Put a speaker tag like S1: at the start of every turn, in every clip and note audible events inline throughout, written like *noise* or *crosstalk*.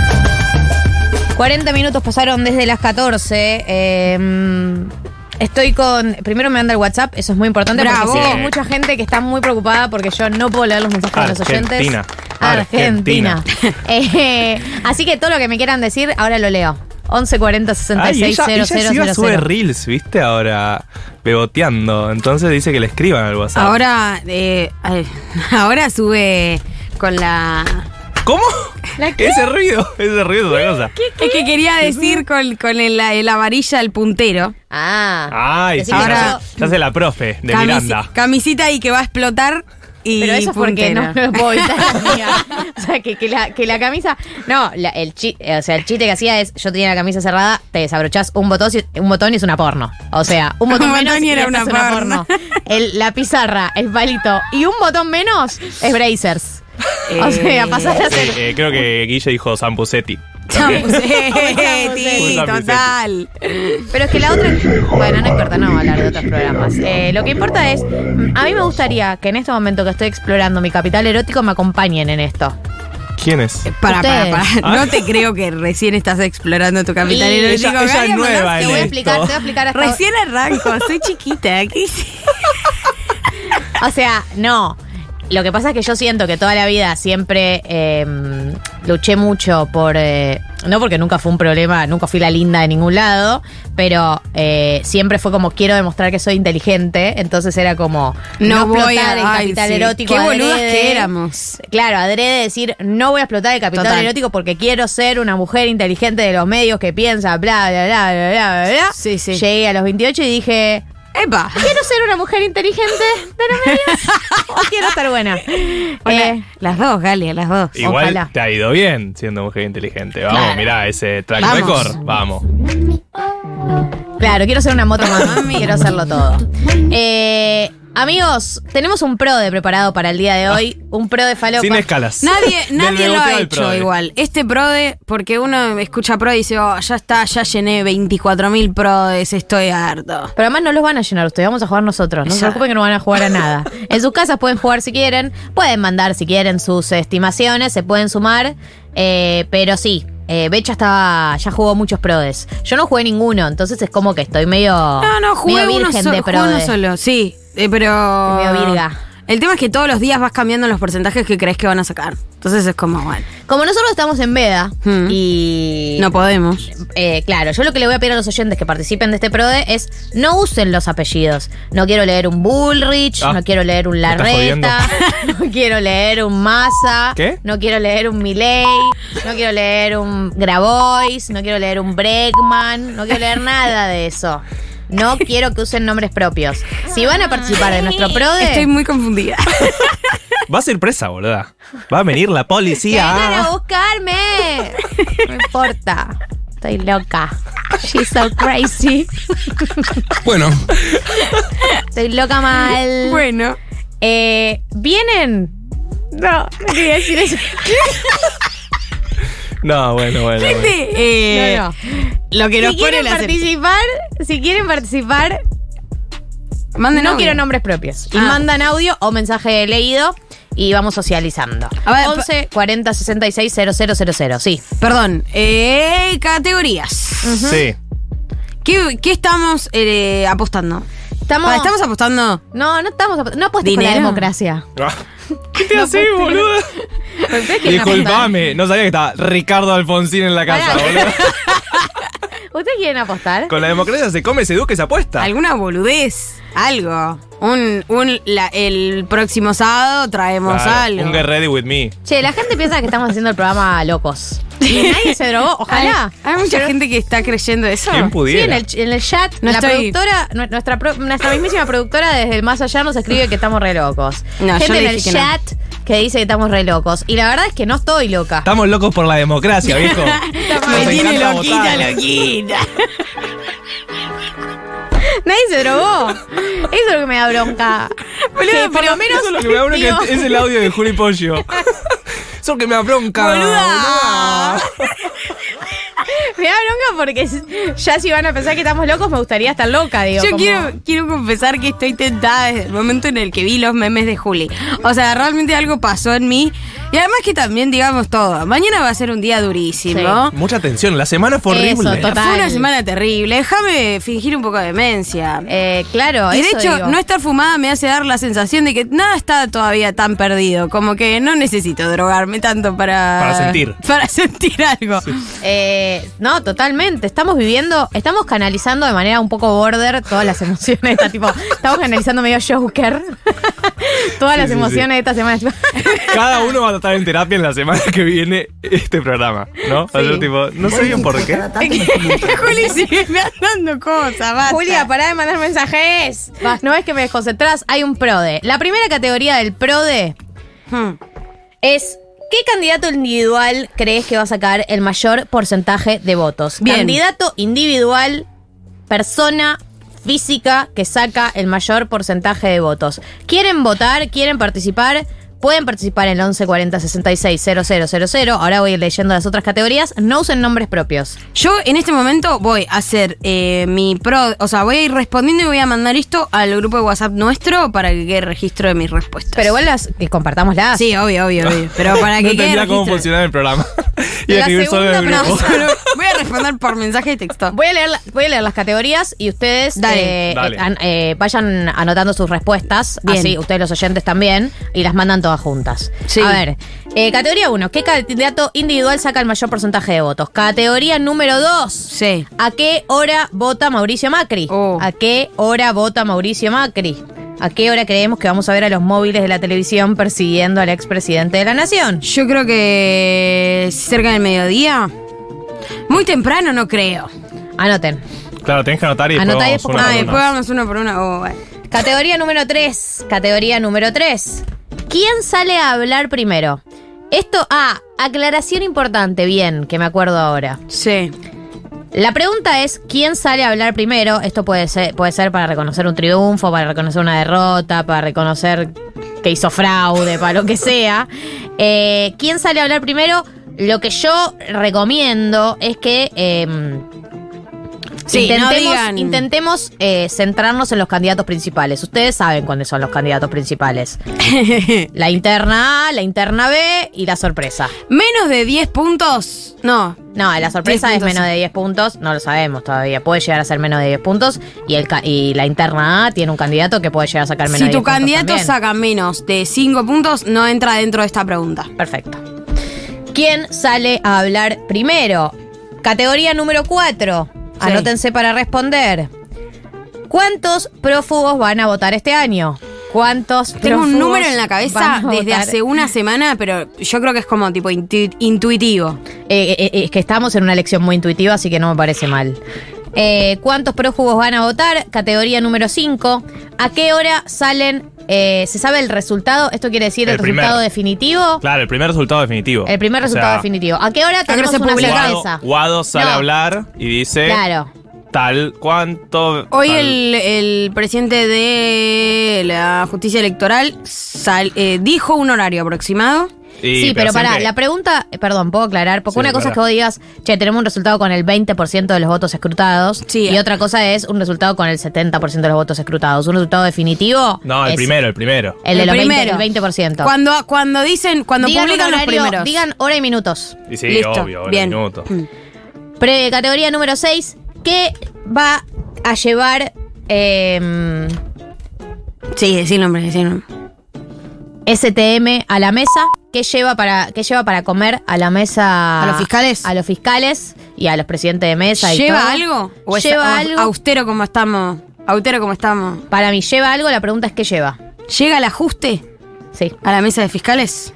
S1: Rock. 40 minutos pasaron desde las 14. eh, estoy con. Primero me anda el WhatsApp, eso es muy importante
S2: Bravo.
S1: porque sí,
S2: Sí.
S1: hay mucha gente que está muy preocupada porque yo no puedo leer los mensajes de los oyentes.
S3: Argentina.
S1: Argentina. *laughs* Eh, así que todo lo que me quieran decir, ahora lo leo. 1140
S3: Ay,
S1: 66
S3: ella, ella
S1: 00
S3: sí va a subir
S1: 00.
S3: reels, ¿viste? Ahora beboteando. Entonces dice que le escriban al WhatsApp.
S2: Ahora, eh, ay, *laughs* ahora sube con la.
S3: ¿Cómo?
S1: ¿La qué?
S3: Ese ruido, ese ruido es otra cosa.
S2: Es que quería decir con, con el- la, la varilla el puntero.
S1: Ah.
S3: Ay, sí,
S1: Decime
S3: ya
S1: yo.
S3: se- ya se la profe de
S2: Camisi-
S3: Miranda.
S2: Camisita y que va a explotar. Y
S1: Pero eso es porque
S2: puntero.
S1: no me lo puedo evitar,
S2: *laughs*
S1: amiga. O sea, que, que la, que la camisa. No, la- el, chi- eh, o sea, el chiste que hacía es: yo tenía la camisa cerrada, te desabrochás un botón, y- un botón y es una porno. O sea,
S2: *laughs*
S1: un botón
S2: Un
S1: menos
S2: botón y era
S1: esta
S2: una
S1: es
S2: porno.
S1: El- la pizarra, el palito y un botón menos es Brazers. O
S2: Eh,
S1: sea, pasás a
S3: Sí,
S1: hacer.
S3: eh, creo que Guille dijo Sampusetti.
S2: *laughs*
S1: *laughs*
S2: Chamusetti,
S3: Chamusetti.
S2: total.
S1: Eh, Pero es que la otra. Bueno, no importa, no vamos a hablar de otros programas. Eh, lo que importa es. mm, A mí me gustaría que en este momento que estoy explorando mi capital erótico me acompañen en esto.
S3: ¿Quién es?
S2: Para, para, para.
S1: Ustedes.
S2: No te creo que recién estás explorando tu capital
S1: Y-
S2: erótico.
S3: Ah. Ella- ella
S2: Galia,
S3: es nueva,
S2: mandá-
S1: Te
S3: En
S1: voy a
S3: esto.
S1: explicar, te voy a explicar hasta.
S2: *laughs* Recién arranco, soy chiquita. ¿Qué hice?
S1: O sea, no. Lo que pasa es que yo siento que toda la vida siempre eh, luché mucho por. eh, no porque nunca fue un problema, nunca fui la linda de ningún lado, pero eh, siempre fue como quiero demostrar que soy inteligente. Entonces era como.
S2: No voy
S1: explotar
S2: a-
S1: el
S2: ay,
S1: capital
S2: sí.
S1: erótico.
S2: Qué boludas
S1: adrede.
S2: que éramos.
S1: Claro, adrede decir no voy a explotar el capital
S2: Total.
S1: erótico porque quiero ser una mujer inteligente de los medios que piensa, bla, bla, bla, bla, bla, bla.
S2: Sí, sí.
S1: Llegué a los 28 y dije.
S2: Epa.
S1: ¿Quiero ser una mujer inteligente de los medios? *laughs* ¿O quiero estar buena?
S2: Hola.
S1: Eh,
S2: las dos, Galia, las dos.
S3: Igual
S1: Ojalá.
S3: te ha ido bien siendo mujer inteligente. Vamos,
S1: Claro.
S3: mirá ese track
S2: Vamos.
S3: record. Vamos.
S1: claro, quiero ser una moto mami, quiero hacerlo todo. Eh, amigos, tenemos un pro de preparado para el día de hoy. Un pro de falopa.
S3: Sin escalas. *laughs*
S2: Nadie,
S3: Del
S2: nadie
S3: beboteo
S2: lo ha
S3: al
S2: hecho
S3: prode.
S2: igual. Este prode, porque uno escucha prode y dice, oh, ya está, ya llené 24.000 prodes, estoy harto.
S1: Pero además no los van a llenar ustedes, vamos a jugar nosotros. No se
S2: Ya.
S1: preocupen que no van a jugar a nada. En sus casas pueden jugar si quieren, pueden mandar si quieren sus estimaciones, se pueden sumar, eh, pero sí. eh, Becha estaba, ya jugó muchos prodes. Yo no jugué ninguno, entonces es como que estoy medio.
S2: No, no, jugué
S1: Oh. medio
S2: uno,
S1: virgen
S2: so-
S1: de
S2: jugué uno
S1: prode.
S2: solo, sí. eh, pero.
S1: Medio virga.
S2: El tema es que todos los días vas cambiando los porcentajes que crees que van a sacar. Entonces es como, bueno,
S1: Como nosotros estamos en veda
S2: Hmm.
S1: y.
S2: no podemos.
S1: Eh, claro, yo lo que le voy a pedir a los oyentes que participen de este PRODE es no usen los apellidos. No quiero leer un Bullrich,
S3: Ah,
S1: no quiero leer un
S3: me estás
S1: Larreta, *laughs* no quiero leer un Massa,
S3: ¿Qué?
S1: no quiero leer un Milei, no quiero leer un Grabois, no quiero leer un Bregman, no quiero leer nada de eso. No quiero que usen nombres propios. Si van a participar de nuestro PRODE,
S2: Estoy muy
S1: *laughs*
S2: confundida. *laughs*
S3: Va a ser presa, boluda. Va a venir
S1: ¡Que
S3: la
S1: vengan a
S3: policía.
S1: buscarme! No importa. Estoy loca. She's so crazy.
S4: Bueno,
S1: Estoy loca mal.
S2: bueno.
S1: Eh, vienen. No, *laughs* no quería decir eso.
S3: No, bueno, bueno. bueno.
S2: Eh,
S1: No, no.
S2: Lo que nos
S1: si
S2: pone
S1: quieren
S2: la
S1: participar, si quieren participar,
S2: Manden
S1: no
S2: audio.
S1: quiero nombres propios. Y
S2: Ah.
S1: mandan audio o mensaje leído y vamos socializando.
S2: A ver,
S1: 11 40 66 000. Sí.
S2: Perdón. Eh, categorías.
S3: Sí.
S2: ¿Qué, qué estamos eh, apostando?
S1: Estamos.
S2: Pa, ¿Estamos apostando?
S1: No, no estamos. a- No apuestes por la
S2: ¿Dinero?
S1: democracia.
S3: Ah. ¿Qué te haces, boluda?
S1: Ustedes quieren apostar.
S3: Disculpame, no sabía que estaba Ricardo Alfonsín en la casa,
S1: Pará.
S3: boludo.
S1: ¿Ustedes quieren apostar?
S3: Con la democracia se come, se educa y se apuesta.
S2: ¿Alguna boludez? Algo. Un, un, la- el próximo sábado traemos
S3: Claro,
S2: algo.
S3: Un get ready with me.
S1: Che, la gente piensa que estamos haciendo el programa locos. Y
S3: *laughs*
S1: nadie se drogó, ojalá.
S2: Hay, hay mucha gente que está creyendo eso.
S3: ¿Quién
S1: Sí, en
S3: pudiera?
S1: el, en el chat,
S2: No
S1: la
S2: estoy-
S1: productora, nu- nuestra, pro- nuestra mismísima productora desde el más allá nos escribe que estamos re locos.
S2: No,
S1: Gente
S2: yo le
S1: en
S2: dije
S1: el
S2: que no.
S1: chat que dice que estamos re locos. Y la verdad es que no estoy loca.
S3: Estamos locos por la democracia, viejo.
S2: Me
S3: Nos
S2: tiene
S3: encanta
S2: loquita,
S3: votar.
S2: loquita.
S1: Nadie se drogó. Eso es lo que me da bronca. Que por lo menos.
S3: Eso es lo que me da bronca,
S1: digo,
S3: es el audio de Juli Pollo. Eso que me da bronca.
S2: Boluda.
S3: boluda.
S1: *laughs* me da bronca porque s- ya si van a pensar que estamos locos, me gustaría estar loca, digo.
S2: Yo
S1: como-
S2: quiero, quiero confesar que estoy tentada desde el momento en el que vi los memes de Juli. O sea, realmente algo pasó en mí. Y además que también, digamos todo, mañana va a ser un día durísimo.
S3: Mucha tensión, la semana fue
S1: Eso,
S3: horrible.
S1: total.
S2: Fue una semana terrible. Déjame fingir un poco de demencia.
S1: Eh, claro,
S2: Y de
S1: eso
S2: hecho,
S1: digo.
S2: no estar fumada me hace dar la sensación de que nada está todavía tan perdido. Como que no necesito drogarme tanto para.
S3: Para sentir.
S2: Para sentir algo.
S1: Eh, no, totalmente. Estamos viviendo, estamos canalizando de manera un poco border todas las emociones. Está tipo, estamos canalizando medio Joker. *laughs* todas
S3: Sí,
S1: las
S3: sí,
S1: emociones
S3: sí.
S1: de esta
S3: *laughs*
S1: semana. Tipo,
S3: Cada uno va a estar en terapia en la semana que viene este programa, ¿no? Va a ser
S1: Sí.
S3: tipo, no sé bien por qué.
S2: *laughs* Juli sigue mandando cosas, basta.
S1: Julia, pará de mandar mensajes. No es que me desconcentrás. Hay un PRODE. La primera categoría del PRODE
S2: Hmm.
S1: es. ¿Qué candidato individual crees que va a sacar el mayor porcentaje de votos?
S2: Bien.
S1: Candidato individual, persona física que saca el mayor porcentaje de votos. ¿Quieren votar? ¿Quieren participar? Pueden participar en el 1140 66 000. Ahora voy leyendo las otras categorías. No usen nombres propios.
S2: Yo en este momento voy a hacer eh, mi pro, o sea, voy a ir respondiendo y voy a mandar esto al grupo de WhatsApp nuestro para que quede registro de mis respuestas.
S1: Pero igual las y compartámoslas.
S2: Sí, obvio, obvio, obvio. Pero
S3: *laughs*
S2: para
S1: Ah,
S2: que
S3: no
S2: quede
S3: entendía cómo
S2: registro.
S3: funcionaba el programa. *laughs* y
S1: La
S3: escribir solo en el
S1: segunda
S3: grupo.
S1: frase.
S2: Pero voy a responder por mensaje de texto.
S1: Voy a, leer, la- voy a leer las categorías y ustedes
S2: Dale.
S1: eh,
S3: Dale.
S1: eh, an- eh, vayan anotando sus respuestas.
S2: Bien.
S1: Así, ustedes los oyentes también. Y las mandan todas juntas.
S2: Sí.
S1: A ver, eh, categoría 1. ¿Qué candidato individual saca el mayor porcentaje de votos? Categoría número 2.
S2: Sí.
S1: ¿A qué hora vota Mauricio Macri?
S2: Oh.
S1: ¿A qué hora vota Mauricio Macri? ¿A qué hora creemos que vamos a ver a los móviles de la televisión persiguiendo al expresidente de la nación?
S2: Yo creo que cerca del mediodía. Muy temprano, no creo.
S1: Anoten.
S3: *laughs* Claro, tenés que anotar y después
S1: Anotá y
S3: vamos
S1: después
S3: una
S2: Ah,
S3: por
S2: después
S3: una.
S2: vamos uno por uno. Oh, bueno.
S1: Categoría número 3. Categoría número 3. ¿Quién sale a hablar primero? Esto, ah, aclaración importante, bien, que me acuerdo ahora.
S2: Sí.
S1: La pregunta es, ¿quién sale a hablar primero? Esto puede ser, puede ser para reconocer un triunfo, para reconocer una derrota, para reconocer que hizo fraude, para lo que sea. Eh, ¿Quién sale a hablar primero? Lo que yo recomiendo es que... em,
S2: Sí, no
S1: intentemos,
S2: digan-
S1: intentemos, eh, centrarnos en los candidatos principales. Ustedes saben cuáles son los candidatos
S2: *laughs*
S1: principales. la interna A, la interna B y la sorpresa.
S2: Menos de 10 puntos. No.
S1: No, la sorpresa
S2: 10
S1: es
S2: puntos.
S1: menos de 10 puntos, no lo sabemos todavía. Puede llegar a ser menos de 10 puntos y, el ca- y la interna A tiene un candidato que puede llegar a sacar menos
S2: Si
S1: de 10
S2: tu
S1: puntos
S2: candidato
S1: también.
S2: saca menos de 5 puntos, no entra dentro de esta pregunta.
S1: Perfecto. ¿Quién sale a hablar primero? Categoría número 4. Anótense para responder. ¿Cuántos prófugos van a votar este año? ¿Cuántos
S2: Tengo un
S1: prófugos
S2: número en la cabeza
S1: van a
S2: desde
S1: votar?
S2: hace una semana, pero yo creo que es como tipo intu- intuitivo.
S1: Eh, eh, eh, es que estamos en una elección muy intuitiva, así que no me parece mal. Eh, ¿Cuántos prófugos van a votar? Categoría número 5. ¿A qué hora salen? eh, ¿Se sabe el resultado? ¿Esto quiere decir el,
S3: El primer.
S1: resultado definitivo?
S3: Claro, el primer resultado definitivo.
S1: El primer
S3: O sea,
S1: resultado definitivo. ¿A qué hora tenemos
S2: se
S1: una
S2: publica?
S3: Guado,
S1: sorpresa?
S3: Guado sale
S1: No.
S3: a hablar y dice
S1: Claro.
S3: tal cuánto.
S2: Hoy
S3: tal-
S2: el, el presidente de la justicia electoral sal- eh, dijo un horario aproximado.
S3: Y-
S1: sí, pero pará,
S3: siempre-
S1: la pregunta, eh, perdón, puedo aclarar, porque
S3: Sí,
S1: una cosa es que
S3: pará.
S1: vos digas, che, tenemos un resultado con el 20% de los votos escrutados,
S2: Sí.
S1: y otra cosa es un resultado con el 70% de los votos escrutados. Un resultado definitivo.
S3: No, el
S1: es
S3: primero, el primero.
S1: El de los 20%.
S2: primero.
S1: el 20%.
S2: Cuando, cuando dicen, cuando
S1: digan
S2: publican
S1: un horario,
S2: los primeros.
S1: Digan hora y minutos.
S3: Y sí,
S2: Listo,
S3: obvio, el
S2: bien. Mm.
S3: minuto.
S1: Mm. Pre- categoría número 6, ¿qué va a llevar eh,
S2: Sí, decí el nombre, decí el nombre.
S1: STM a la mesa? ¿Qué lleva, para, ¿Qué lleva para comer a la mesa?
S2: ¿A los fiscales?
S1: Ah, A los fiscales y a los presidentes de mesa. y todo.
S2: ¿Lleva algo? ¿O es
S1: ¿Lleva
S2: a-
S1: algo?
S2: austero como estamos? ¿Austero como estamos?
S1: Para mí, ¿lleva algo? La pregunta es ¿qué lleva?
S2: ¿Llega el ajuste
S1: Sí.
S2: a la mesa de fiscales?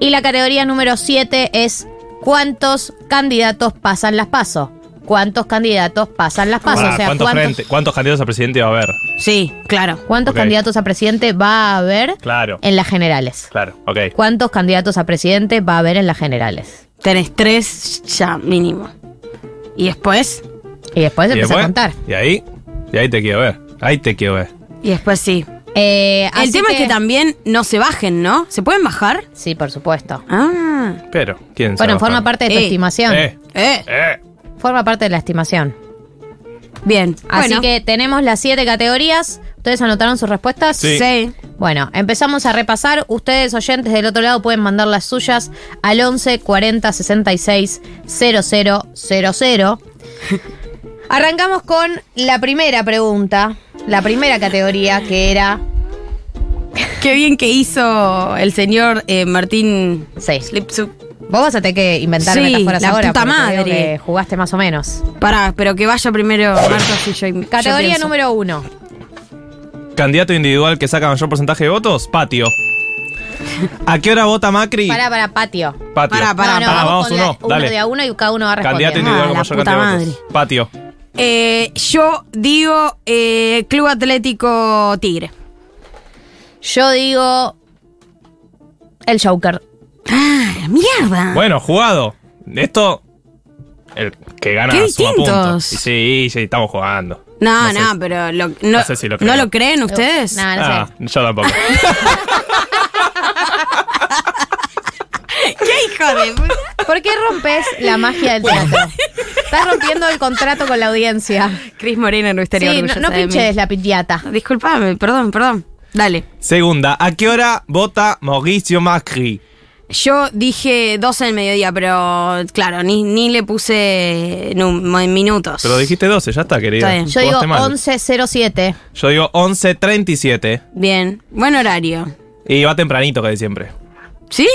S1: Y la categoría número 7 es ¿Cuántos candidatos pasan las pasos? ¿Cuántos candidatos pasan las pasos?
S3: Pará, ¿cuántos, frente- cuántos candidatos a presidente va a haber?
S2: Sí, claro.
S1: ¿cuántos
S3: Ok.
S1: candidatos a presidente va a haber
S3: Claro.
S1: en las generales?
S3: Claro, ok.
S1: ¿Cuántos candidatos a presidente va a haber en las generales?
S2: Tenés tres ya mínimo. Y después,
S1: Y después
S3: ¿Y
S1: empieza
S3: después?
S1: a contar.
S3: Y ahí, y ahí te quiero ver. Ahí te quiero ver.
S2: y después sí.
S1: Eh, así
S2: El tema es que también no se bajen, ¿no? ¿Se pueden bajar?
S1: Sí, por supuesto.
S2: Ah.
S3: Pero, ¿quién sabe?
S1: Bueno, forma parte de tu
S2: Eh,
S1: estimación.
S3: Eh,
S2: Eh,
S3: eh.
S1: Forma parte de la estimación.
S2: bien.
S1: Así
S2: bueno,
S1: que tenemos las siete categorías. ¿Ustedes anotaron sus respuestas?
S3: Sí.
S2: sí.
S1: Bueno, empezamos a repasar. Ustedes, oyentes del otro lado, pueden mandar las suyas al 11 40 66
S2: *laughs*
S1: 0000. Arrancamos con la primera pregunta, la primera categoría que era.
S2: Qué bien que hizo el señor eh, Martín
S1: Sí.
S2: Slipsuk.
S1: Vos vas a tener que inventar
S2: Sí,
S1: metáforas
S2: la
S1: ahora.
S2: puta
S1: porque te digo
S2: madre.
S1: que jugaste más o menos.
S2: Pará, pero que vaya primero Marcos y yo. y- yo
S1: Categoría
S2: pienso.
S1: número uno.
S3: Candidato individual que saca mayor porcentaje de votos, patio. ¿A qué hora vota Macri?
S1: Para, para, patio.
S3: patio.
S2: Pará, pará,
S1: no, no,
S3: Ah,
S1: vamos,
S3: vamos
S1: con la-
S3: uno, dale.
S1: de a uno y cada uno va a responder.
S3: Candidato individual
S2: Ah,
S3: con
S2: la
S3: mayor
S2: puta
S3: cantidad de votos. Patio.
S1: Ah.
S2: Eh, yo digo eh, Club Atlético Tigre.
S1: Yo digo. El Joker.
S2: ¡Ah, mierda!
S3: Bueno, jugado. Esto. El que gana
S2: Qué
S3: suma puntos.
S2: distintos.
S3: Sí, sí, sí, estamos jugando.
S2: no, no,
S3: no sé.
S2: pero lo- no,
S3: No sé si lo
S2: ¿no
S3: creo.
S2: lo creen ustedes.
S1: No, no
S3: Ah,
S1: sé. *laughs*
S3: yo tampoco.
S2: ¿Qué hijo de puta?
S1: ¿Por qué rompes la magia del teatro? Estás rompiendo el contrato con la audiencia.
S2: Cris Moreno no estaría
S1: Sí, no,
S2: orgullosa
S1: no
S2: de mí.
S1: pinches la piñata.
S2: Disculpame, perdón, perdón. Dale.
S3: Segunda, ¿a qué hora vota Mauricio Macri?
S2: Yo dije 12 del mediodía, pero claro, ni, ni le puse num- minutos.
S3: Pero dijiste 12, ya está, querida.
S2: Está bien.
S1: Yo
S3: Jugaste
S1: digo
S3: mal.
S1: 11.07.
S3: Yo digo 11.37.
S2: Bien, buen horario.
S3: Y va tempranito, casi siempre.
S2: ¿Sí?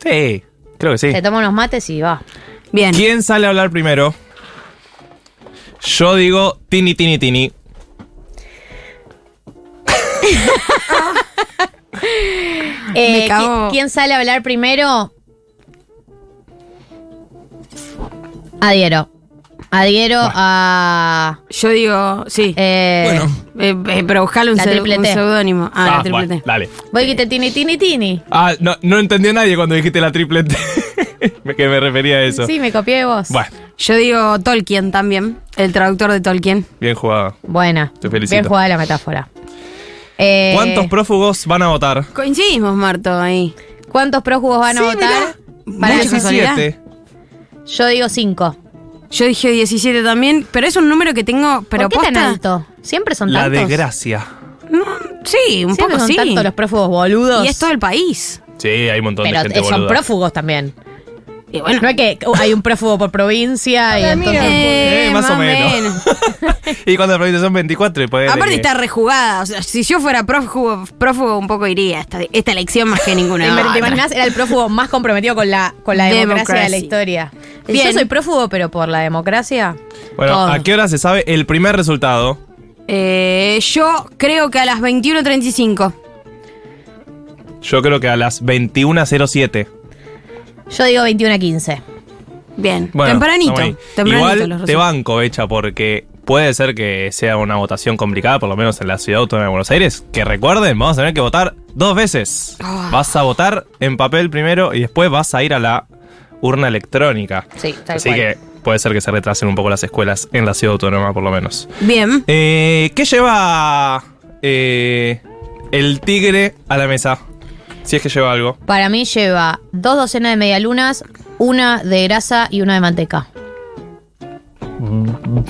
S3: Sí, creo que sí.
S1: Te tomo unos mates y va.
S2: Bien.
S3: ¿Quién sale a hablar primero? Yo digo Tini, Tini, Tini.
S1: Eh,
S2: Me cago.
S1: ¿qui- ¿Quién sale a hablar primero? Adhiero. Adhiero a.
S2: Yo digo, sí.
S1: eh,
S4: Bueno.
S2: Eh, eh, pero buscale un,
S1: La
S2: seu-
S1: triple
S2: un
S1: T.
S2: seudónimo. Ah, la triple
S3: bueno,
S2: T.
S3: dale.
S1: Voy que te tini, tini, tini.
S3: Ah, no, no entendió nadie cuando dijiste la triple T. *laughs* Me- que me refería a eso.
S1: Sí, me copié de vos.
S3: Bueno,
S2: Yo digo Tolkien también, el traductor de Tolkien.
S3: bien jugado.
S1: Buena.
S3: Te felicito.
S1: Bien jugada la metáfora. Eh,
S3: ¿Cuántos prófugos van a votar?
S2: Coincidimos, Marto, ahí.
S1: ¿Cuántos prójugos van a votar? Para
S2: Muchos.
S1: eso-
S3: 17.
S1: yo digo cinco.
S2: Yo dije 17 también, pero es un número que tengo, pero
S1: ¿Por qué tan
S2: posta-
S1: alto? Siempre son
S3: La
S1: tantos.
S3: desgracia.
S2: Sí, un
S1: Siempre
S2: poco
S1: son
S2: sí.
S1: tantos los prófugos boludos.
S2: Y es todo el país.
S3: Sí, hay un montón
S1: pero
S3: de gente
S1: eh, son
S3: boluda.
S1: prófugos también.
S2: Y bueno,
S1: No es que uh, hay un prófugo por provincia y entonces.
S3: Eh, más o menos. *laughs* y cuando proyecto son 24, pues.
S1: Ah,
S2: Aparte está rejugada, o sea, si yo fuera prófugo, prófugo un poco iría esta, esta elección más que
S1: ¿Te,
S2: ninguna
S1: imaginas?
S2: otra.
S1: Era *laughs* el prófugo más comprometido con la, con la democracia de la
S2: Democracy.
S1: historia.
S2: Bien.
S1: Yo soy prófugo, pero por la democracia.
S3: Bueno,
S2: todo.
S3: ¿a qué hora se sabe el primer resultado?
S2: Eh, yo creo que a las 21.35.
S3: Yo creo que a las 21.07.
S1: Yo digo 21 a 15.
S2: Bien,
S3: Bueno,
S2: tempranito.
S3: estamos ahí.
S2: tempranito los
S3: Igual te
S2: resultados.
S3: banco, Becha, porque puede ser que sea una votación complicada, por lo menos en la ciudad autónoma de Buenos Aires. Que recuerden, vamos a tener que votar dos veces.
S2: Ah.
S3: Vas a votar en papel primero y después vas a ir a la urna electrónica.
S1: Sí, tal
S3: Así
S1: cual.
S3: que puede ser que se retrasen un poco las escuelas en la ciudad autónoma, por lo menos.
S2: Bien.
S3: Eh, ¿Qué lleva eh, el tigre a la mesa? Si es que lleva algo.
S1: Para mí lleva dos docenas de medialunas, una de grasa y una de manteca. *laughs*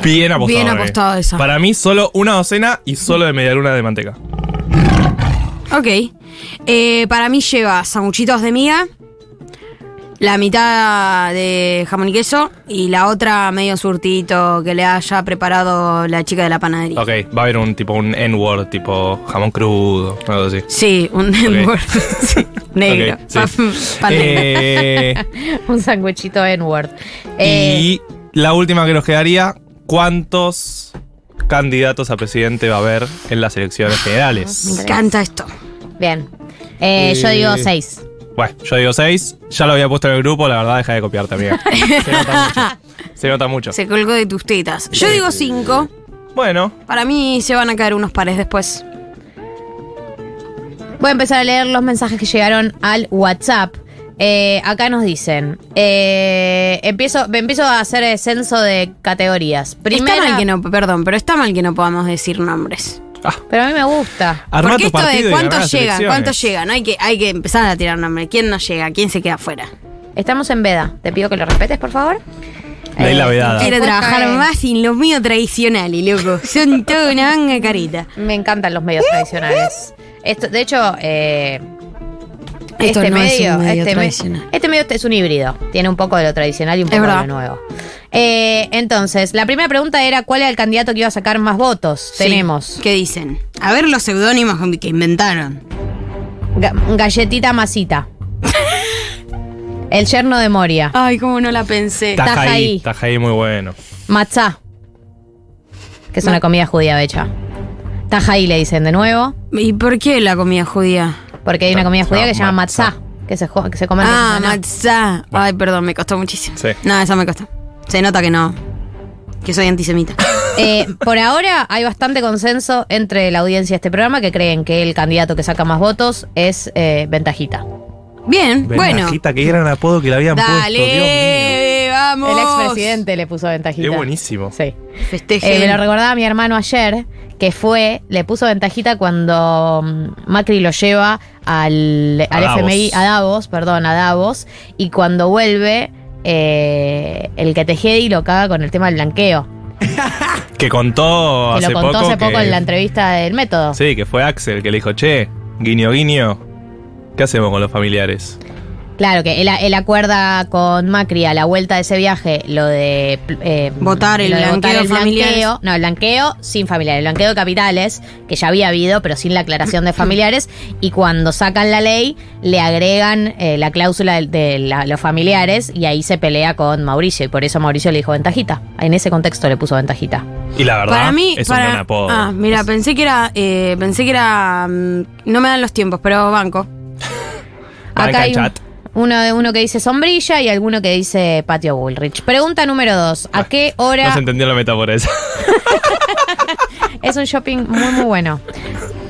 S3: Bien apostado.
S2: Bien
S3: eh.
S2: apostado esa.
S3: Para mí, solo una docena y solo de media luna de manteca.
S2: Ok. Eh, para mí lleva sanguchitos de miga, la mitad de jamón y queso y la otra medio surtito que le haya preparado la chica de la panadería.
S3: Ok, va a haber un tipo un N-word, tipo jamón crudo, algo así.
S2: Sí, un N-word.
S3: *laughs*
S2: Sí, negro.
S3: Ok, sí.
S2: *laughs* Pa- pa-
S3: Eh,
S1: Un sándwichito N-word. Eh,
S2: Eh.
S3: y la última que nos quedaría: ¿cuántos candidatos a presidente va a haber en las elecciones generales?
S2: Me encanta esto.
S1: Bien. Eh, yo digo seis.
S3: Bueno, yo digo 6. Ya lo había puesto en el grupo, la verdad, deja de copiarte,
S2: *laughs*
S3: amiga. Se nota mucho. Se nota mucho.
S2: Se colgó de tus tetas.
S3: Eh,
S2: Yo digo cinco.
S3: Bueno,
S2: Para mí se van a caer unos pares después.
S1: Voy a empezar a leer los mensajes que llegaron al WhatsApp. Eh, acá nos dicen, eh, empiezo, me empiezo a hacer el censo de categorías. Primero,
S2: Está mal que no, perdón, pero está mal que no podamos decir nombres.
S1: pero a mí me gusta.
S3: armá
S2: Porque
S3: tu
S2: esto
S3: partido
S2: de
S3: y ganá
S2: cuántos
S3: las
S2: llegan,
S3: elecciones.
S2: cuántos llegan, hay que, hay que empezar a tirar nombres. ¿Quién no llega? ¿Quién se queda afuera?
S1: Estamos en veda. Te pido que lo respetes, por favor. Eh,
S3: Leí la vedada.
S2: Quiero
S5: Después
S2: trabajar
S5: cae.
S2: más sin los míos tradicionales, loco. Son toda una manga carita.
S1: Me encantan los medios tradicionales. Esto, de hecho, eh,
S2: Esto
S1: este
S2: no es
S1: medio,
S2: un medio
S1: este, me-
S2: tradicional.
S1: este medio es un híbrido. Tiene un poco de lo tradicional y un poco de lo
S2: verdad.
S1: nuevo. Eh, entonces, la primera pregunta era cuál era el candidato que iba a sacar más votos.
S2: Sí.
S1: Tenemos
S2: ¿Qué dicen? A ver los seudónimos que inventaron.
S1: ga- galletita masita, el yerno de Moria,
S2: Ay, cómo no la pensé.
S1: Ta-
S3: Tajaí.
S1: Tajaí.
S3: Tajaí muy bueno.
S1: matzá, que es una comida judía hecha. Tajaí le dicen de nuevo,
S2: ¿Y por qué la comida judía?
S1: porque hay una comida judía que se llama
S3: Matzá.
S1: matzá, que se, jo- que se come en
S2: Ah,
S1: Semana.
S2: matzá. Ay, perdón, me costó muchísimo.
S3: Sí.
S2: No, esa me costó. Se nota que no. Que soy antisemita.
S1: Eh, por ahora hay bastante consenso entre la audiencia de este programa que creen que el candidato que saca más votos es eh, Ventajita.
S2: Bien, bueno.
S3: Ventajita, que gran apodo que le habían puesto.
S2: Dale, vamos.
S1: El expresidente le puso Ventajita.
S3: Dios mío. Es buenísimo.
S1: Sí.
S2: Festeje.
S1: Eh, me lo recordaba mi hermano ayer, que fue, le puso Ventajita cuando mm, Macri lo lleva al, al
S3: A Davos.
S1: FMI, a Davos, perdón, a Davos, y cuando vuelve, eh, el que Tejedi lo caga con el tema del blanqueo.
S3: Que contó
S1: Que
S3: Oh, hace
S1: lo contó
S3: poco.
S1: hace poco
S3: que-
S1: en la entrevista del método.
S3: Sí, que fue Axel que le dijo, che, guiño, guiño, ¿qué hacemos con los familiares?
S1: Claro, que él, él acuerda con Macri a la vuelta de ese viaje lo de. eh,
S2: Votar el
S1: lo de
S2: blanqueo familiares.
S1: blanqueo. No, el blanqueo sin familiares, el blanqueo de capitales, que ya había habido, pero sin la aclaración de
S2: Mm.
S1: familiares. Y cuando sacan la ley, le agregan eh, la cláusula de, de la- los familiares y ahí se pelea con Mauricio. Y por eso Mauricio le dijo ventajita. En ese contexto le puso ventajita.
S3: Y la verdad,
S2: Para mí,
S3: es
S2: para-
S3: un gran apodo.
S2: Ah, mira, pensé que era, eh, pensé que era, mm, no me dan los tiempos, pero banco.
S3: Van
S1: Acá hay un-
S3: Cachat.
S1: uno, de, uno que dice sombrilla y alguno que dice patio Bullrich. Pregunta número dos: ¿A qué hora.?
S3: No se entendió la metáfora esa. *laughs*
S1: Es un shopping muy, muy bueno.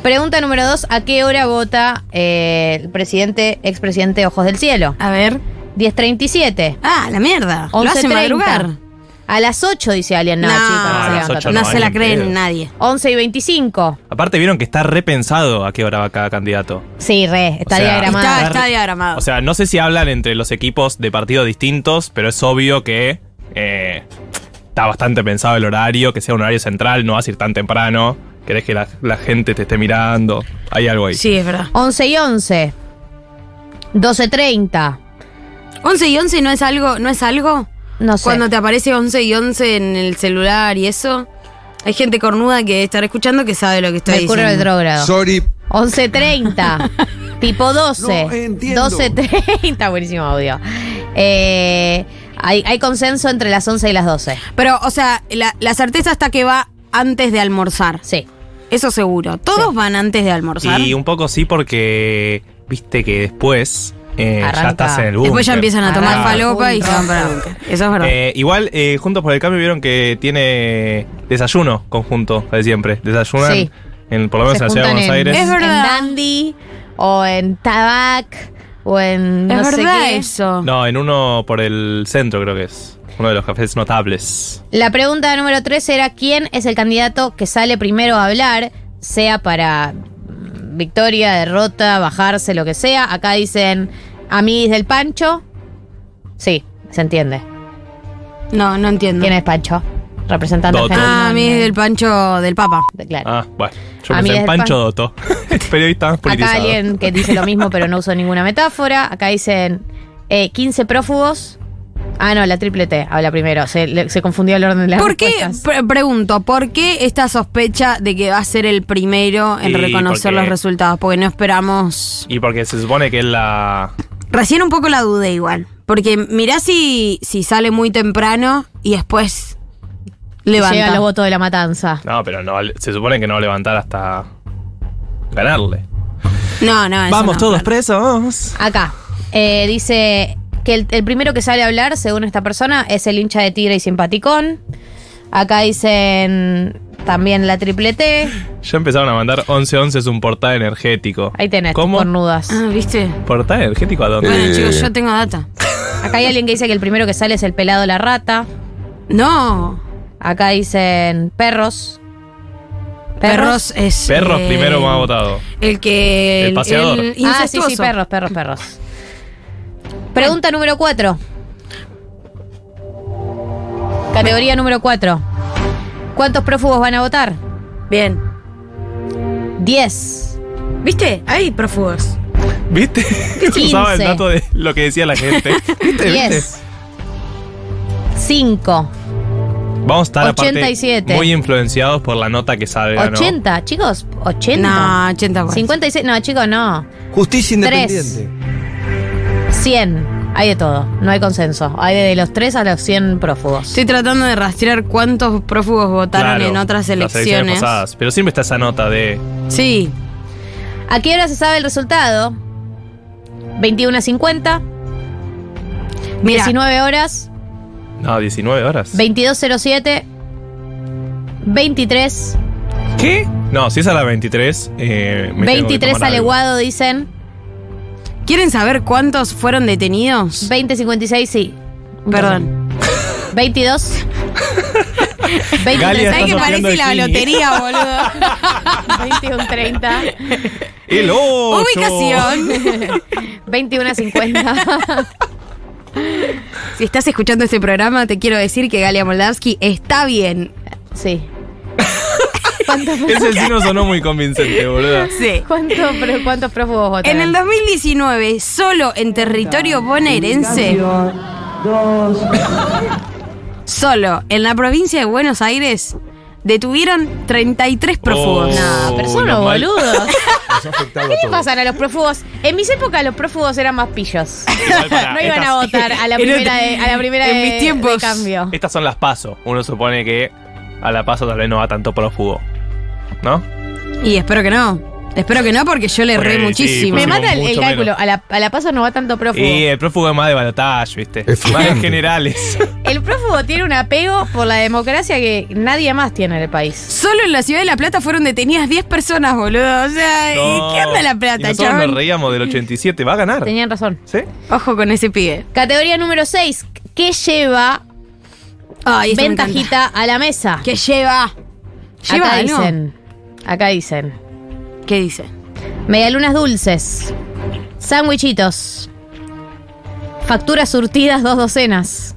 S1: Pregunta número dos: ¿A qué hora vota eh, el presidente, expresidente Ojos del Cielo?
S2: A ver.
S1: 10.37.
S2: Ah, la mierda. Lo hace
S1: 11:30.
S2: madrugar.
S1: A las 8, dice alguien. No,
S2: No,
S1: chica, no,
S3: a Ah, las
S1: se levanta
S3: ocho
S1: tanto.
S2: No
S3: no,
S2: se la
S3: ni
S2: cree
S3: en pedo.
S2: nadie.
S1: 11 y 25.
S3: Aparte vieron que está repensado a qué hora va cada candidato.
S1: Sí, re, está
S3: O sea,
S1: diagramado.
S2: Ah, Está,
S3: Madre.
S2: está diagramado.
S3: O sea, no sé si hablan entre los equipos de partidos distintos, pero es obvio que eh, está bastante pensado el horario, que sea un horario central, no vas a ir tan temprano, querés que la, la gente te esté mirando, hay algo ahí.
S2: sí, es verdad.
S1: 11 y 11. 12.30.
S2: 11 y 11 no es algo, no es algo.
S1: No sé.
S2: Cuando te aparece 11 y 11 en el celular y eso, hay gente cornuda que estará escuchando que sabe lo que estoy
S1: Mercurio
S2: diciendo.
S1: retrógrado.
S4: Sorry.
S2: *laughs*
S1: 11.30. tipo 12.
S4: No, entiendo.
S1: 12.30. Buenísimo audio. Eh, hay, hay consenso entre las 11 y las 12.
S2: Pero, o sea, la, la certeza está que va antes de almorzar.
S1: Sí.
S2: Eso seguro. Todos van antes de almorzar.
S3: Y un poco sí porque viste que después eh, ya
S1: Arranca.
S3: estás en el búnker.
S2: Después ya empiezan a tomar
S3: Claro.
S2: falopa y se
S1: Punto.
S2: van para el búnker. Eso es verdad.
S3: Eh, igual, eh, Juntos por el Cambio vieron que tiene desayuno conjunto, de siempre. Desayunan,
S1: Sí.
S3: en, por lo menos
S1: Se
S3: en la ciudad de
S1: juntan
S3: Buenos
S1: en-
S3: Aires.
S2: Es verdad.
S1: En Dandy o en Tabac o en
S2: es
S1: no sé
S2: verdad
S1: qué.
S2: eso.
S3: No, en uno por el centro creo que es. Uno de los cafés notables.
S1: La pregunta número 3 era quién es el candidato que sale primero a hablar, sea para mm, victoria, derrota, bajarse, lo que sea. Acá dicen amiguis del Pancho. Sí, se entiende.
S2: No, no entiendo.
S1: ¿Quién es Pancho? Representante
S3: Dotto.
S1: argentino
S2: Ah, a mí
S1: en-
S2: es del pancho del papa.
S1: Claro.
S3: Ah, bueno. Yo
S1: A mí
S3: pensé
S1: es
S3: en Pancho Dotto. *laughs*
S2: *laughs*
S3: Periodista más
S1: Acá
S3: politizado.
S1: alguien que dice lo mismo pero no usó ninguna metáfora. Acá dicen eh, 15 prófugos. Ah, no, la triple T habla primero. Se, le- se confundió el orden de las
S2: ¿Por qué?
S1: respuestas.
S2: pre- pregunto, ¿por qué esta sospecha de que va a ser el primero en
S3: Y
S2: reconocer
S3: porque-
S2: los resultados? Porque no esperamos.
S3: Y porque se supone que es la...
S2: Recién un poco la dudé igual. Porque mirá si, si sale muy temprano y después levanta.
S1: Llegan los votos de la matanza.
S3: No, pero no, se supone que no va a levantar hasta ganarle.
S2: No, no, Ah, eso no.
S3: presos.
S1: Acá, Eh, dice que el, el primero que sale a hablar, según esta persona, es el hincha de Tigre y simpaticón. Acá dicen también la triple T.
S3: Ya empezaron a mandar 1111 es un portal energético.
S1: Ahí tenés,
S3: ¿Cómo?
S1: cornudas.
S2: Ah, ¿viste?
S3: ¿Portal energético a dónde?
S2: Bueno,
S4: Eh.
S2: chicos, yo tengo data.
S1: Acá hay alguien que dice que el primero que sale es el pelado la rata.
S2: No.
S1: Acá dicen perros.
S2: Perros es.
S3: Perros
S2: eh,
S3: primero más votado.
S2: El que.
S3: El paseador.
S1: Ah, sí, sí,
S2: incestuoso.
S1: perros, perros, perros. Pregunta número 4. Categoría número 4. ¿Cuántos prófugos van a votar?
S2: Bien.
S1: 10.
S2: ¿Viste? Hay prófugos.
S1: *laughs*
S3: ¿Viste? Usaba el
S1: 15.
S3: dato de lo que decía
S1: *laughs*
S3: la gente. Eh, ¿Viste? ¿Viste?
S1: 10. 5.
S3: Vamos a estar aparte
S1: 87.
S3: muy influenciados por la nota que salga, ¿no?
S1: 80, chicos, 80.
S2: No, 80 cuadros.
S1: 56, no, chicos, no.
S5: Justicia
S1: Tres.
S5: independiente.
S1: 100. Hay de todo, no hay consenso. Hay de los 3 a los 100 prófugos.
S2: Estoy tratando de rastrear cuántos prófugos votaron
S3: Claro,
S2: en otras
S3: las
S2: elecciones.
S3: pasadas. Pero siempre está esa nota de
S2: sí.
S1: ¿A qué hora se sabe el resultado? 21 a 50,
S2: Mira,
S1: 19 horas,
S3: No, 19 horas.
S1: 2207, 23,
S3: ¿Qué? No, si es a las 23, eh, me tengo que
S1: 23
S3: tomar algo.
S1: aleguado, dicen,
S2: ¿quieren saber cuántos fueron detenidos?
S1: 2056, sí.
S2: Perdón.
S1: 22. 23,
S3: *laughs* Galia está
S2: ¿Sabes que
S3: soplando
S2: parece
S3: el
S2: la
S3: pini. *laughs*
S2: lotería, boludo?
S1: 21 30,
S3: El 8.
S2: Ubicación.
S1: 21 a
S3: *laughs*
S1: 50.
S2: *laughs* Si estás escuchando este programa, te quiero decir que Galia Moldavsky está bien.
S1: Sí. ¿Cuánto-
S3: Ese sí no sonó muy convincente, boludo.
S2: Sí.
S1: cuánto pro- ¿Cuántos prófugos votaron?
S2: En el 2019, solo en territorio bonaerense. Solo en la provincia de Buenos Aires detuvieron 33 prófugos.
S1: No, pero son
S3: Oh, no,
S1: unos
S3: mal.
S1: boludos.
S3: *laughs*
S5: Nos ha afectado a
S1: ¿Qué
S5: todos.
S1: pasan a los prófugos? En mis épocas los prófugos eran más pillos.
S3: Igual para
S1: *laughs* No iban
S3: estas-
S1: a votar a la
S2: En
S1: primera
S2: otra-
S1: de, a la primera
S2: en
S1: de-
S2: mis tiempos.
S1: de
S2: Ah.
S1: cambio.
S3: Estas son las pasos. Uno supone que a la paso tal vez no va tanto prófugo. ¿No?
S2: Y espero que no. Espero que no porque yo le erré
S3: Sí, sí,
S2: muchísimo.
S1: Me
S3: Prófugo,
S1: mata el, el
S3: mucho
S1: cálculo.
S3: menos.
S1: A la, a la paso no va tanto prófugo.
S3: Y eh, el prófugo es más de balotaje, ¿viste?
S5: Es
S3: Más de
S5: frustrante.
S3: generales.
S1: El prófugo tiene un apego por la democracia que nadie más tiene en el país.
S2: Solo en la ciudad de La Plata fueron detenidas 10 personas, boludo. O sea,
S3: No.
S2: *laughs* ¿y ¿qué onda La
S3: Y
S2: Plata,
S3: nosotros nos
S2: chaval?
S3: reíamos del 87. Va a ganar.
S1: Tenían razón.
S3: ¿Sí?
S2: Ojo con ese pibe.
S1: Categoría número 6. ¿Qué lleva
S2: Ay, esto me encanta.
S1: ventajita a la mesa?
S2: ¿Qué lleva? Lleva Ah,
S1: acá
S2: algo.
S1: dicen. Acá dicen.
S2: ¿Qué dice?
S1: Medialunas dulces. Sándwichitos. Facturas surtidas dos docenas.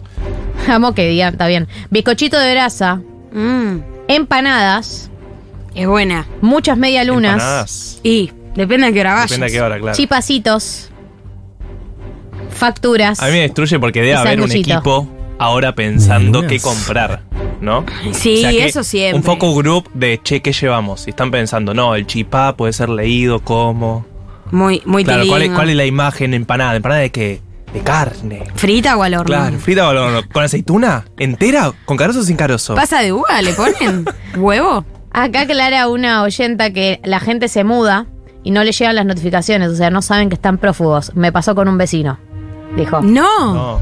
S1: Amo que digan, está bien. Bizcochito de grasa.
S2: Mm,
S1: Empanadas.
S2: es buena.
S1: Muchas medialunas.
S3: Empanadas.
S2: Y depende de qué hora vayas.
S3: Depende a qué hora, claro.
S1: Chipacitos. Facturas.
S3: A mí me destruye porque debe
S1: Y
S3: haber un
S1: sanguchito.
S3: equipo ahora pensando
S5: Medialunas.
S3: qué comprar, ¿no?
S2: Sí,
S3: que
S2: eso siempre.
S3: Un focus group de che, ¿qué llevamos? Y están pensando, no, el chipá puede ser leído como.
S2: Muy, muy
S3: Claro, ¿cuál es,
S2: tilingo.
S3: cuál es la imagen empanada? ¿Empanada de qué? De carne.
S2: ¿Frita o al horno?
S3: Claro, frita o al horno. ¿Con aceituna? ¿Entera? ¿Con carozo o sin carozo?
S2: ¿Pasa de uva
S3: *laughs*
S2: le ponen? ¿Huevo?
S1: Acá aclara una oyenta que la gente se muda y no le llegan las notificaciones. O sea, no saben que están prófugos. Me pasó con un vecino. Dijo.
S2: No.
S3: No.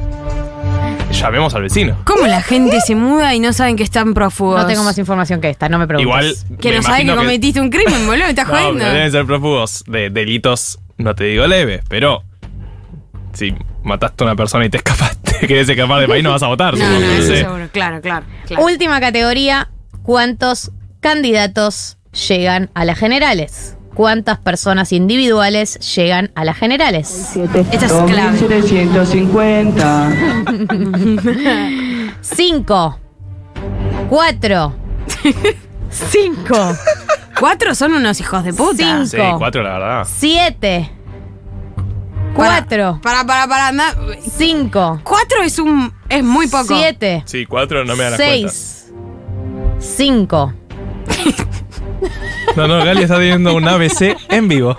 S3: Llamemos al vecino.
S2: ¿Cómo la gente se muda y no saben que están prófugos?
S1: No tengo más información que esta, no me preguntes.
S3: Igual.
S2: Que
S3: me
S2: no saben
S3: imagino
S2: que cometiste
S3: *laughs*
S2: un crimen, boludo. Estás
S3: No,
S2: jodiendo.
S3: pero deben ser prófugos de delitos, no te digo leves, pero. Si mataste a una persona y te escapaste, *laughs* querés escapar de país, no vas a votar.
S2: No,
S3: supongo,
S2: no,
S3: no
S2: eso
S3: sé.
S2: seguro. Claro, claro. claro.
S1: Última categoría, ¿cuántos candidatos llegan a las generales? ¿Cuántas personas individuales llegan a las generales?
S2: Esta es clave.
S6: 2750.
S1: Cinco.
S2: *laughs*
S1: Cuatro. Cinco.
S2: Cuatro son unos hijos de
S1: Cinco.
S2: puta.
S3: Sí, cuatro, la verdad.
S1: Siete.
S2: Para-
S1: Cuatro.
S2: Para, para, para, andar.
S1: Cinco.
S2: Cuatro es un. es muy poco.
S1: Siete.
S3: Sí, cuatro no me dan
S1: seis. Cinco.
S3: cuenta. No, no, Gali está teniendo un ABC en vivo.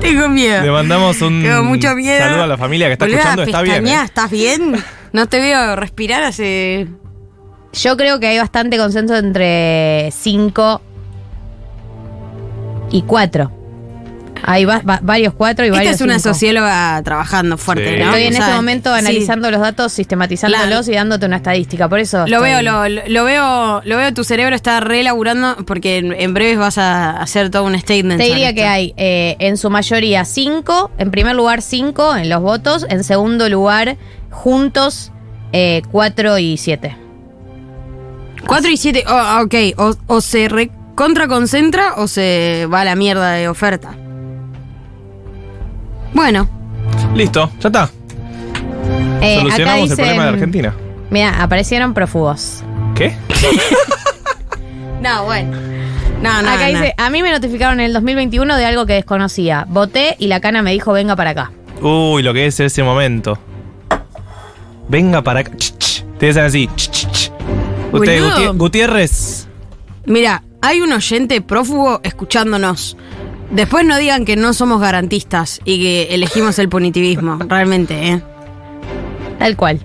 S2: Tengo
S3: Le
S2: miedo.
S3: mandamos un
S2: *laughs* Tengo mucho miedo.
S3: saludo a la familia que está
S2: Boluda,
S3: escuchando. Está bien.
S2: pestañeá,
S3: ¿eh?
S2: ¿Estás bien? No te veo respirar hace.
S1: Yo creo que hay bastante consenso entre cinco y cuatro. Hay va- va- varios cuatro y
S2: Esta
S1: varios
S2: es una
S1: cinco.
S2: socióloga trabajando fuerte,
S3: Sí.
S2: ¿no?
S1: Estoy en
S2: O sea,
S1: este momento
S2: sí.
S1: analizando los datos, sistematizándolos
S2: Claro.
S1: y dándote una estadística. Por eso.
S2: Lo
S1: estoy-
S2: veo, lo, lo veo, lo veo, tu cerebro está relaburando porque en, en breves vas a hacer todo un statement.
S1: Te
S2: sobre
S1: diría
S2: esto.
S1: que hay eh, en su mayoría cinco, en primer lugar cinco en los votos, en segundo lugar juntos eh, cuatro y siete.
S2: 4 y 7, ok, o, o se recontraconcentra o se va a la mierda de oferta. Bueno,
S3: Listo, ya está.
S1: Eh,
S3: Solucionamos el problema de Argentina.
S1: Mira, aparecieron prófugos.
S3: ¿Qué?
S2: no, bueno. No, no,
S1: acá
S2: no.
S1: dice, a mí me notificaron en el 2021 de algo que desconocía. Voté y la cana me dijo, venga para acá.
S3: Uy, lo que es ese momento. Venga para acá. Ch, ch. Te dicen así. ch, ch, ch. Usted,
S2: Boludo.
S3: Guti- Gutiérrez.
S2: Mira, hay un oyente prófugo escuchándonos. Después no digan que no somos garantistas y que elegimos el punitivismo, realmente, ¿eh?
S1: Tal cual.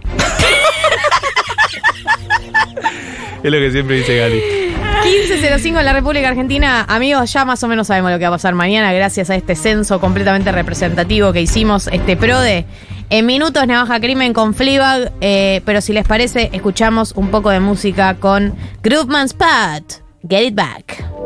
S3: Es lo que siempre dice Gali.
S1: 1505 en la República Argentina. Amigos, ya más o menos sabemos lo que va a pasar mañana gracias a este censo completamente representativo que hicimos, este PRODE. En minutos Navaja Crimen con Fleabag, eh, pero si les parece, escuchamos un poco de música con Groupman's Pat. Get it back.